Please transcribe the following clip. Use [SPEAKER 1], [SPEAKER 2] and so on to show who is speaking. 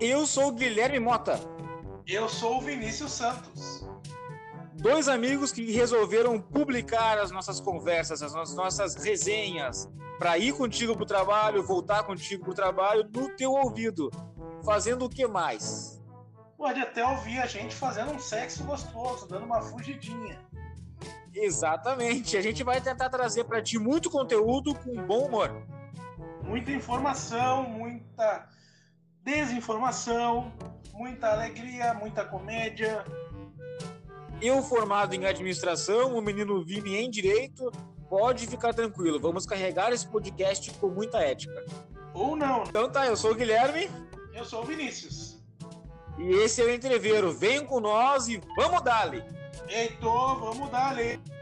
[SPEAKER 1] Eu sou o Guilherme Mota.
[SPEAKER 2] Eu sou o Vinícius Santos.
[SPEAKER 1] Dois amigos que resolveram publicar as nossas conversas, as nossas resenhas, para ir contigo para o trabalho, voltar contigo para o trabalho, no teu ouvido. Fazendo o que mais?
[SPEAKER 2] Pode até ouvir a gente fazendo um sexo gostoso, dando uma fugidinha.
[SPEAKER 1] Exatamente. A gente vai tentar trazer para ti muito conteúdo com bom humor.
[SPEAKER 2] Muita informação, muita desinformação, muita alegria, muita comédia.
[SPEAKER 1] Eu, formado em administração, o menino Vini em direito, pode ficar tranquilo. Vamos carregar esse podcast com muita ética.
[SPEAKER 2] Ou não.
[SPEAKER 1] Então tá, eu sou o Guilherme.
[SPEAKER 2] Eu sou o Vinícius.
[SPEAKER 1] E esse é o Entreveiro. Vem com nós e vamos dali!
[SPEAKER 2] Heitor, vamos dali!